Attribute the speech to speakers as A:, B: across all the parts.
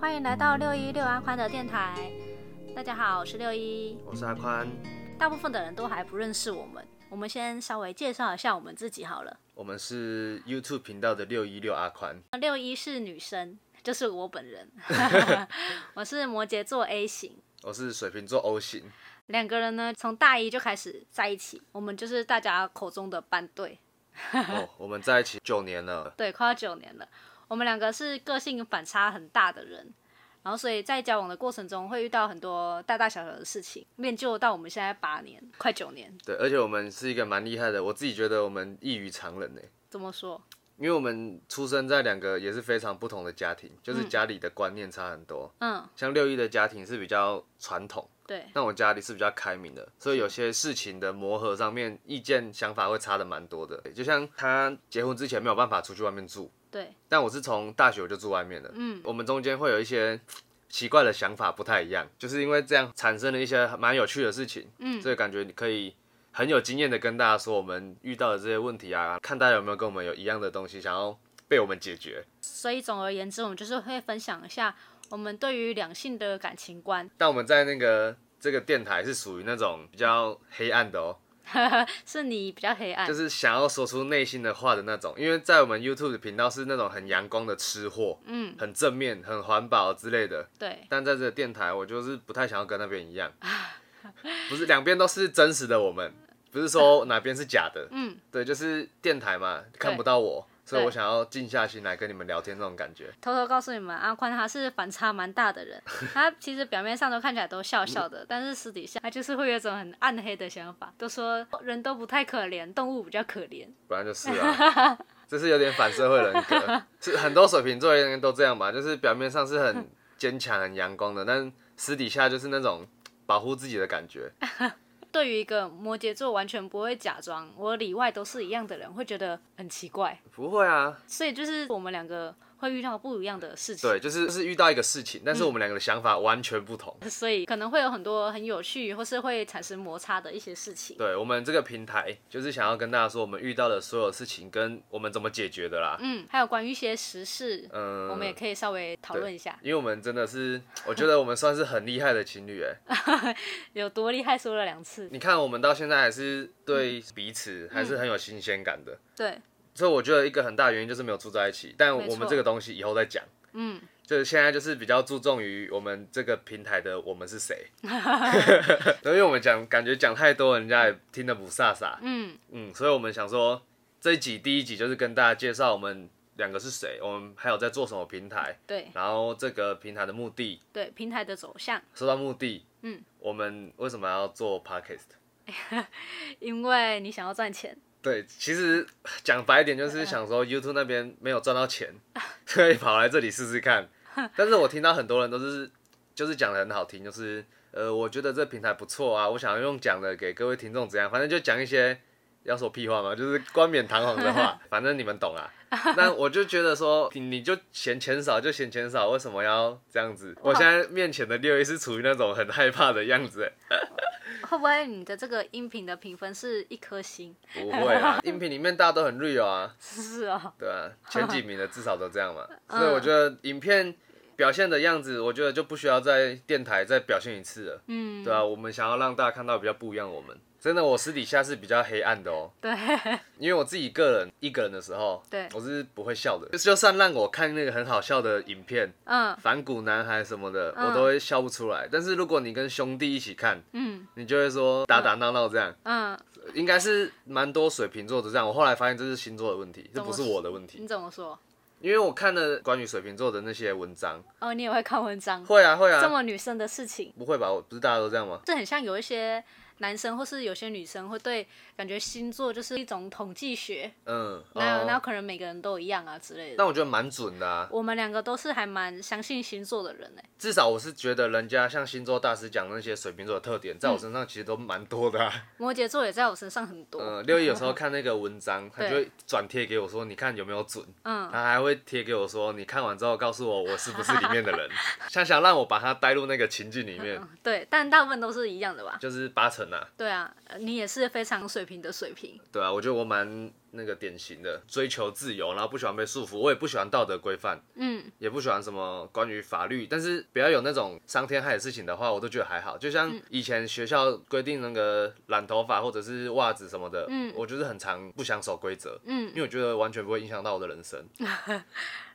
A: 欢迎来到六一六安宽的电台。大家好，我是六一。
B: 我是阿宽，
A: 大部分的人都还不认识我们，我们先稍微介绍一下我们自己好了。
B: 我们是 YouTube 频道的六一六阿宽，
A: 六一是女生，就是我本人，我是摩羯座 A 型。
B: 我是水瓶座 O 型，
A: 两个人呢，从大一就开始在一起，我们就是大家口中的班队，
B: 哦，我们在一起九年了，
A: 对，快要九年了。我们两个是个性反差很大的人，然后所以在交往的过程中会遇到很多大大小小的事情，练就到我们现在八年，快九年。
B: 对，而且我们是一个蛮厉害的，我自己觉得我们异于常人呢，欸
A: 怎么说？
B: 因为我们出生在两个也是非常不同的家庭，就是家里的观念差很多，
A: 嗯，
B: 像六一的家庭是比较传统，
A: 对，
B: 那我家里是比较开明的，所以有些事情的磨合上面意见想法会差的蛮多的，就像他结婚之前没有办法出去外面住，
A: 对，
B: 但我是从大学我就住外面的，嗯，我们中间会有一些奇怪的想法不太一样，就是因为这样产生了一些蛮有趣的事情，嗯，所以感觉你可以很有经验的跟大家说我们遇到的这些问题啊，看大家有没有跟我们有一样的东西想要被我们解决。
A: 所以总而言之，我们就是会分享一下我们对于两性的感情观，
B: 但我们在那个这个电台是属于那种比较黑暗的哦，
A: 是你比较黑暗，
B: 就是想要说出内心的话的那种，因为在我们 YouTube 的频道是那种很阳光的吃货，嗯，很正面、很环保之类的，
A: 对，
B: 但在这个电台，我就是不太想要跟那边一样，不是两边都是真实的我们，不是说哪边是假的。
A: 嗯，
B: 对，就是电台嘛，看不到我，所以我想要静下心来跟你们聊天那种感觉。
A: 偷偷告诉你们，阿宽他是反差蛮大的 人，他其实表面上都看起来都笑笑的，但是私底下他就是会有一种很暗黑的想法，都说人都不太可怜，动物比较可怜。
B: 不然就是啊，这是有点反社会人格，是很多水瓶座应该都这样吧，就是表面上是很坚强、很阳光的，但私底下就是那种保护自己的感觉。
A: 对于一个摩羯座完全不会假装，我里外都是一样的人，会觉得很奇怪。
B: 不会啊，
A: 所以就是我们两个会遇到不一样的事情，
B: 对，就是就是遇到一个事情，但是我们两个的想法完全不同。
A: 所以可能会有很多很有趣或是会产生摩擦的一些事情。
B: 对我们这个平台，就是想要跟大家说我们遇到的所有事情跟我们怎么解决的啦。
A: 嗯，还有关于一些时事，
B: 嗯，
A: 我们也可以稍微讨论一下，
B: 因为我们真的是，我觉得我们算是很厉害的情侣哎。
A: 有多厉害说了两次。
B: 你看，我们到现在还是对彼此还是很有新鲜感的，
A: 对，
B: 所以我觉得一个很大原因就是没有住在一起。但
A: 没错
B: 我们这个东西以后再讲，
A: 嗯，
B: 就是现在就是比较注重于我们这个平台的我们 是谁，因为我们讲感觉讲太多，人家也听得不飒飒。
A: 嗯，
B: 嗯，所以我们想说这一集第一集就是跟大家介绍我们两个是谁，我们还有在做什么平台，
A: 对
B: 然后这个平台的目的，
A: 对，平台的走向，
B: 说到目的，
A: 嗯，
B: 我们为什么要做 podcast？
A: 因为你想要赚钱，
B: 对，其实讲白一点就是想说 YouTube 那边没有赚到钱，所以跑来这里试试看。但是我听到很多人都是就是讲的很好听，就是呃，我觉得这平台不错啊，我想要用讲的给各位听众怎样，反正就讲一些要说屁话嘛，就是冠冕堂皇的话，反正你们懂啊。那我就觉得说，你你就嫌钱少就嫌钱少，为什么要这样子？我现在面前的六一是处于那种很害怕的样子、欸
A: 会不会你的这个音频的评分是一颗星？
B: 不会啊，音频里面大家都很 real 啊。
A: 是哦，
B: 对 啊，前几名的至少都这样嘛。
A: 嗯
B: 所以我觉得影片表现的样子，我觉得就不需要在电台再表现一次了。嗯，对啊，我们想要让大家看到比较不一样的我们。真的，我私底下是比较黑暗的哦，
A: 对，
B: 因为我自己个人一个人的时候，
A: 对
B: 我是不会笑的。就算让我看那个很好笑的影片，
A: 嗯
B: 反骨男孩什么的，
A: 嗯
B: 我都会笑不出来。但是如果你跟兄弟一起看，
A: 嗯
B: 你就会说打打闹闹这样，
A: 嗯，
B: 应该是蛮多水瓶座的这样。我后来发现这是星座的问题，这不是我的问题。
A: 你怎么说？
B: 因为我看了关于水瓶座的那些文章，
A: 哦，你也会看文章，
B: 会啊会
A: 这
B: 啊，
A: 么女生的事情。
B: 不会吧？我不是大家都这样吗？
A: 这很像有一些男生或是有些女生会对感觉星座就是一种统计学，
B: 嗯，
A: 那、那
B: 哦，
A: 可能每个人都一样啊之类的。
B: 那我觉得蛮准的啊，
A: 我们两个都是还蛮相信星座的人哎、
B: 至少我是觉得人家像星座大师讲那些水瓶座的特点，在我身上其实都蛮多的、啊。
A: 摩羯座也在我身上很多，
B: 嗯，六一 有时候看那个文章，他
A: 对
B: 就会转贴给我说，你看有没有准？
A: 嗯
B: 他还会贴给我说，你看完之后告诉我我是不是里面的 人，想想让我把他带入那个情境里面，
A: 嗯对，但大部分都是一样的吧？
B: 就是八成成啊，
A: 对啊，呃你也是非常水平的水平，
B: 对啊，我觉得我蛮那个典型的，追求自由，然后不喜欢被束缚，我也不喜欢道德规范，
A: 嗯，
B: 也不喜欢什么关于法律，但是不要有那种伤天害理事情的话，我都觉得还好。就像
A: 嗯
B: 以前学校规定那个染头发或者是袜子什么的，
A: 嗯
B: 我就是很常不想守规则，
A: 嗯
B: 因为我觉得完全不会影响到我的人生。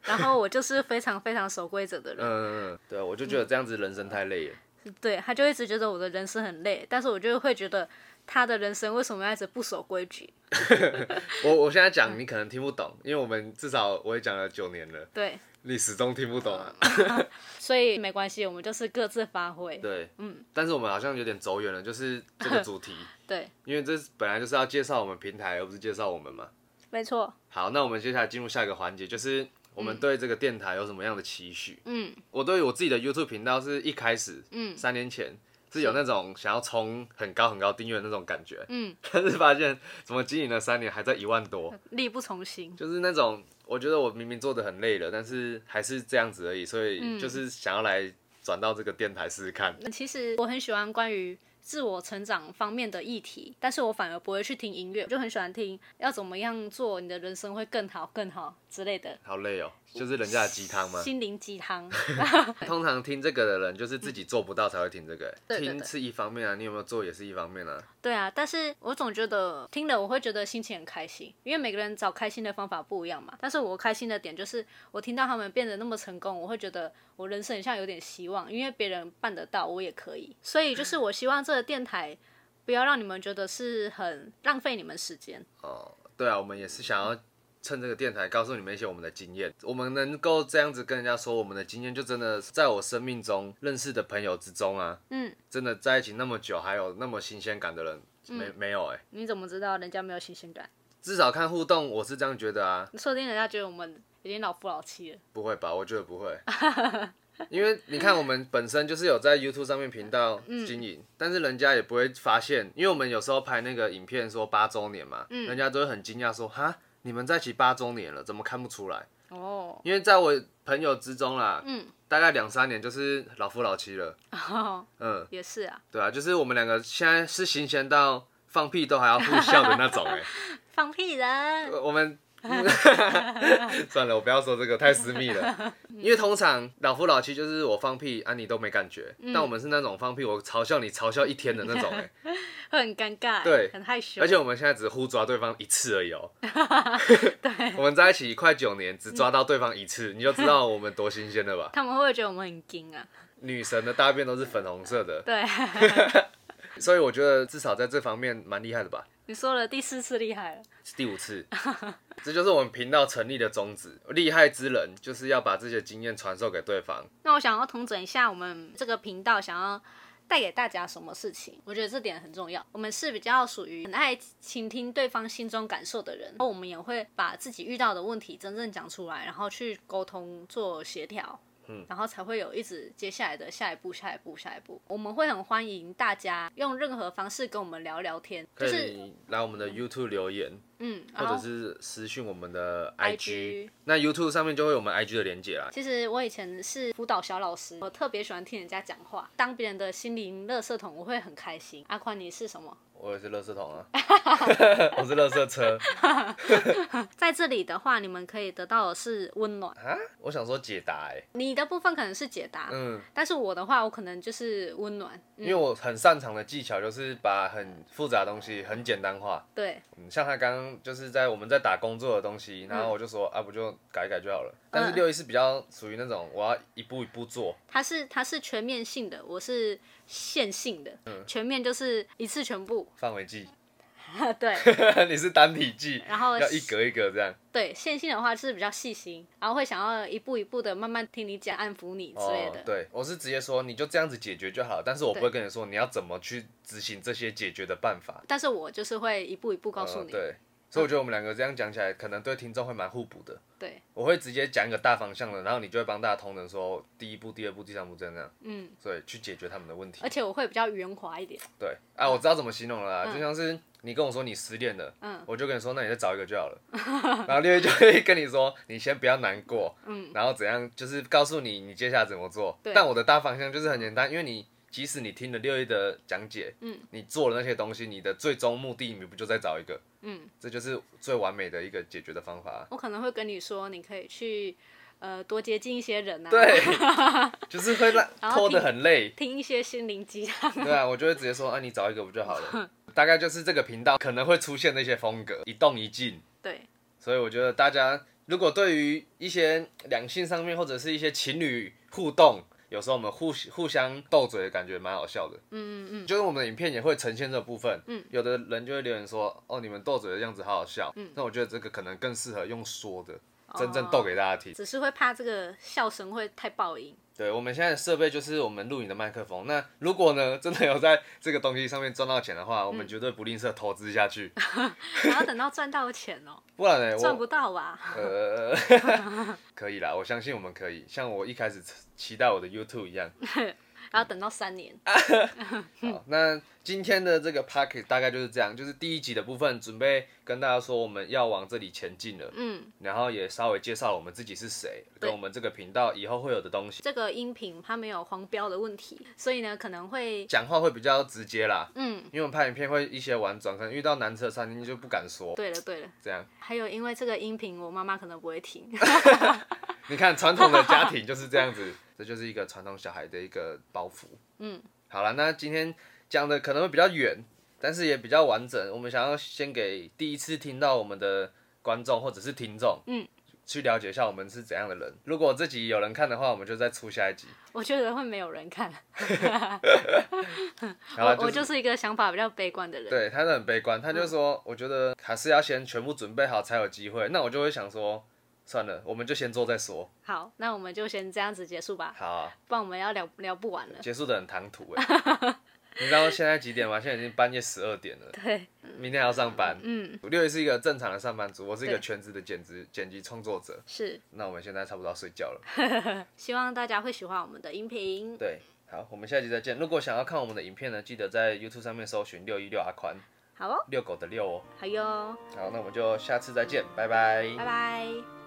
A: 然后我就是非常非常守规则的人，
B: 嗯，对啊，我就觉得这样子人生太
A: 嗯
B: 累了。
A: 对，他就一直觉得我的人生很累，但是我就会觉得他的人生为什么要一直不守规矩？
B: 我我现在讲你可能听不懂，因为我们至少我也讲了九年了，
A: 对，
B: 你始终听不懂啊。
A: 嗯所以没关系，我们就是各自发挥，
B: 对，嗯，但是我们好像有点走远了，就是这个主题，
A: 对，
B: 因为这是本来就是要介绍我们平台，而不是介绍我们嘛。
A: 没错，
B: 好，那我们接下来进入下一个环节，就是我们对这个电台有什么样的期许？
A: 嗯
B: 我对我自己的 YouTube 频道是一开始
A: 嗯
B: 三年前是有那种想要冲很高很高订阅的那种感觉，
A: 嗯，
B: 但是发现怎么经营了三年还在一万多，
A: 力不从心，
B: 就是那种我觉得我明明做的很累了，但是还是这样子而已，所以
A: 嗯
B: 就是想要来转到这个电台试试看。
A: 那其实我很喜欢关于自我成长方面的议题，但是我反而不会去听音乐，我就很喜欢听要怎么样做你的人生会更好、更好之类的
B: 好累哦，就是人家的鸡汤吗？
A: 心灵鸡汤。
B: 通常听这个的人，就是自己做不到才会听这个、欸
A: 哎嗯对对
B: 听
A: 对
B: 是一方面啊，你有没有做也是一方面啊。
A: 对啊，但是我总觉得听了我会觉得心情很开心，因为每个人找开心的方法不一样嘛。但是我开心的点就是我听到他们变得那么成功，我会觉得我人生很像有点希望，因为别人办得到，我也可以。所以就是我希望这个电台不要让你们觉得是很浪费你们时间。
B: 哦，对啊，我们也是想要趁这个电台告诉你们一些我们的经验，我们能够这样子跟人家说我们的经验，就真的在我生命中认识的朋友之中啊，
A: 嗯，
B: 真的在一起那么久，还有那么新鲜感的人，没、
A: 嗯
B: 没有哎、
A: 你怎么知道人家没有新鲜感？
B: 至少看互动，我是这样觉得啊，
A: 说不定人家觉得我们已经老夫老妻了。
B: 不会吧？我觉得不会， 因为你看我们本身就是有在 YouTube 上面频道经营，但是人家也不会发现，因为我们有时候拍那个影片说八周年嘛，人家都会很惊讶说哈，你们在一起八周年了，怎么看不出来？
A: 哦，
B: 因为在我朋友之中啦，
A: 嗯，
B: 大概两三年就是老夫老妻了，嗯，
A: 也是啊，
B: 对啊，就是我们两个现在是新鲜到放屁都还要互笑的那种哎、
A: 放屁 人。
B: 我我们算了，我不要说这个太私密了，因为通常老夫老妻就是我放屁啊，你都没感觉，但我们是那种放屁我嘲笑你嘲笑一天的那种哎、
A: 会很尴尬，
B: 对
A: 很害羞，
B: 而且我们现在只互抓对方一次而已哦、对， 我们在一起快九年，只抓到对方一次，你就知道我们多新鲜了吧？
A: 他们会不会觉得我们很硬啊？
B: 女神的大便都是粉红色的，
A: 对，
B: 所以我觉得至少在这方面蛮厉害的吧。
A: 你说了第四次厉害了，
B: 是第五次，这就是我们频道成立的宗旨。厉害之人就是要把这些经验传授给对方。
A: 那我想要统整一下我们这个频道想要带给大家什么事情，我觉得这点很重要。我们是比较属于很爱倾听对方心中感受的人，然后我们也会把自己遇到的问题真正讲出来，然后去沟通做协调。嗯，然后才会有一直接下来的下一步、下一步、下一步。我们会很欢迎大家用任何方式跟我们聊聊天，
B: 可
A: 就是
B: 以来我们的 YouTube 留言，
A: 嗯，然
B: 或者
A: 后
B: 是私讯我们的
A: IG
B: IG。那 YouTube 上面就会有我们 IG 的连接啦。
A: 其实我以前是辅导小老师，我特别喜欢听人家讲话，当别人的心灵垃圾桶，我会很开心。阿宽，你是什么？
B: 我也是垃圾 桶啊，我是垃圾车
A: 在这里的话，你们可以得到的是温暖。
B: 啊。我想说解答哎、
A: 你的部分可能是解答，
B: 嗯，
A: 但是我的话，我可能就是温暖。
B: 因为我很擅长的技巧就是把很复杂的东西很简单化。
A: 对，
B: 嗯，像他刚刚就是在我们在打工作的东
A: 嗯
B: 西，然后我就说、啊，不就改一改就好了。但是六一是比较属于那种我要一步一步做，
A: 它是它是全面性的，我是线性的。
B: 嗯
A: 全面就是一次全部，
B: 范围计，
A: 对
B: 你是单体计，
A: 然后
B: 要一格一格这样。
A: 对。线性的话是比较细心，然后会想要一步一步的慢慢听你讲，安抚你之类
B: 哦
A: 的。，
B: 对，我是直接说你就这样子解决就好，但是我不会跟你说你要怎么去执行这些解决的办法。
A: 但是我就是会一步一步告
B: 告
A: 诉你。
B: 哦对，所以我觉得我们两个这样讲起来，可能对听众会蛮互补的。
A: 对，
B: 我会直接讲一个大方向的，然后你就会帮大家通人说第一步、第二步、第三步这样这样，
A: 嗯，
B: 所以去解决他们的问题
A: 而。且我会比较圆滑一点。
B: 对啊，我知道怎么形容了啦，就像是你跟我说你失恋了，
A: 嗯
B: 我就跟你说那你再找一个就好 了，然后六一就会跟你说你先不要难过，
A: 嗯，
B: 然后怎样，就是告诉你你接下来怎么做
A: 对。
B: 但我的大方向就是很简单，因为你即使你听了六一的讲解，嗯，你做了那些东西，你的最终目的你不就再找一个，嗯，这就是最完美的一个解决的 方法。
A: 我可能会跟你说，你可以去呃多接近一些人啊，
B: 对，就是会让
A: 然后
B: 拖
A: 听
B: 得很累，
A: 听一些心灵鸡汤。
B: 对啊，我就会直接说，啊，你找一个不就好了？大概就是这个频道可能会出现的一些风格，一动一静。
A: 对，
B: 所以我觉得大家如果对于一些两性上面或者是一些情侣互动，有时候我们互互相斗嘴的感觉蛮好笑的。嗯嗯嗯，就是我们的影片也会呈现这部分。嗯，有的人就会留言说：“哦，你们斗嘴的样子好好笑。”嗯，哦那我觉得这个可能更适合用说的，真正斗给大家听。
A: 只是会怕这个笑声会太爆音。
B: 对，我们现在的设备就是我们录影的麦克风。那如果呢，真的有在这个东西上面赚到钱的话，我
A: 嗯
B: 们绝对不吝啬投资下去。
A: 然后等到赚到钱哦，
B: 不然呢，
A: 赚
B: 我
A: 不到啊吧？
B: 呃， 可以啦，我相信我们可以，像我一开始期待我的 YouTube 一 样。
A: 然后等到三年。
B: 好，那今天的这个 Pocket 大概就是这样，就是第一集的部分，准备跟大家说我们要往这里前进了，
A: 嗯，
B: 然后也稍微介绍了我们自己是谁，
A: 对
B: 跟我们这个频道以后会有的东西，
A: 这个音频它没有黄标的问题，所以呢可能会
B: 讲话会比较直接啦。
A: 嗯，
B: 因为我们拍影片会一些婉转，可能遇到难吃的餐厅就不敢说，
A: 对了对了。
B: 这样。
A: 还有因为这个音频，我妈妈可能不会听。
B: 你看传统的家庭就是这样子， 这就是一个传统小孩的一个包袱。
A: 嗯，
B: 好了，那今天讲的可能会比较远，但是也比较完整。我们想要先给第一次听到我们的观众或者是听众，
A: 嗯，
B: 去了解一下我们是怎样的人。如果这集有人看的话，我们就再出下一集。
A: 我觉得会没有人看。
B: 好了，。
A: 我我就是是一个想法比较悲观的人。
B: 对，他是很悲观，他就说，我觉得还是要先全部准备好才有机会。那我就会想说，算了，我们就先做再说。
A: 好，那我们就先这样子结束吧，
B: 好啊、
A: 不然我们要聊聊不完了。
B: 结束的很唐突哎。你知道现在几点吗？现在已经半夜十二点了，
A: 对，
B: 明天还要上班。
A: 嗯，
B: 六爷是一个正常的上班族，我是一个
A: 对
B: 全职的剪辑剪辑创作者。
A: 是，
B: 那我们现在差不多要睡觉了。
A: 希望大家会喜欢我们的音频。
B: 对，好，我们下集再见。如果想要看我们的影片呢，记得在 YouTube 上面搜寻六一六阿宽，
A: 好哦，
B: 遛狗的遛哦。
A: 好哟，
B: 好，那我们就下次再见，拜拜
A: 拜拜。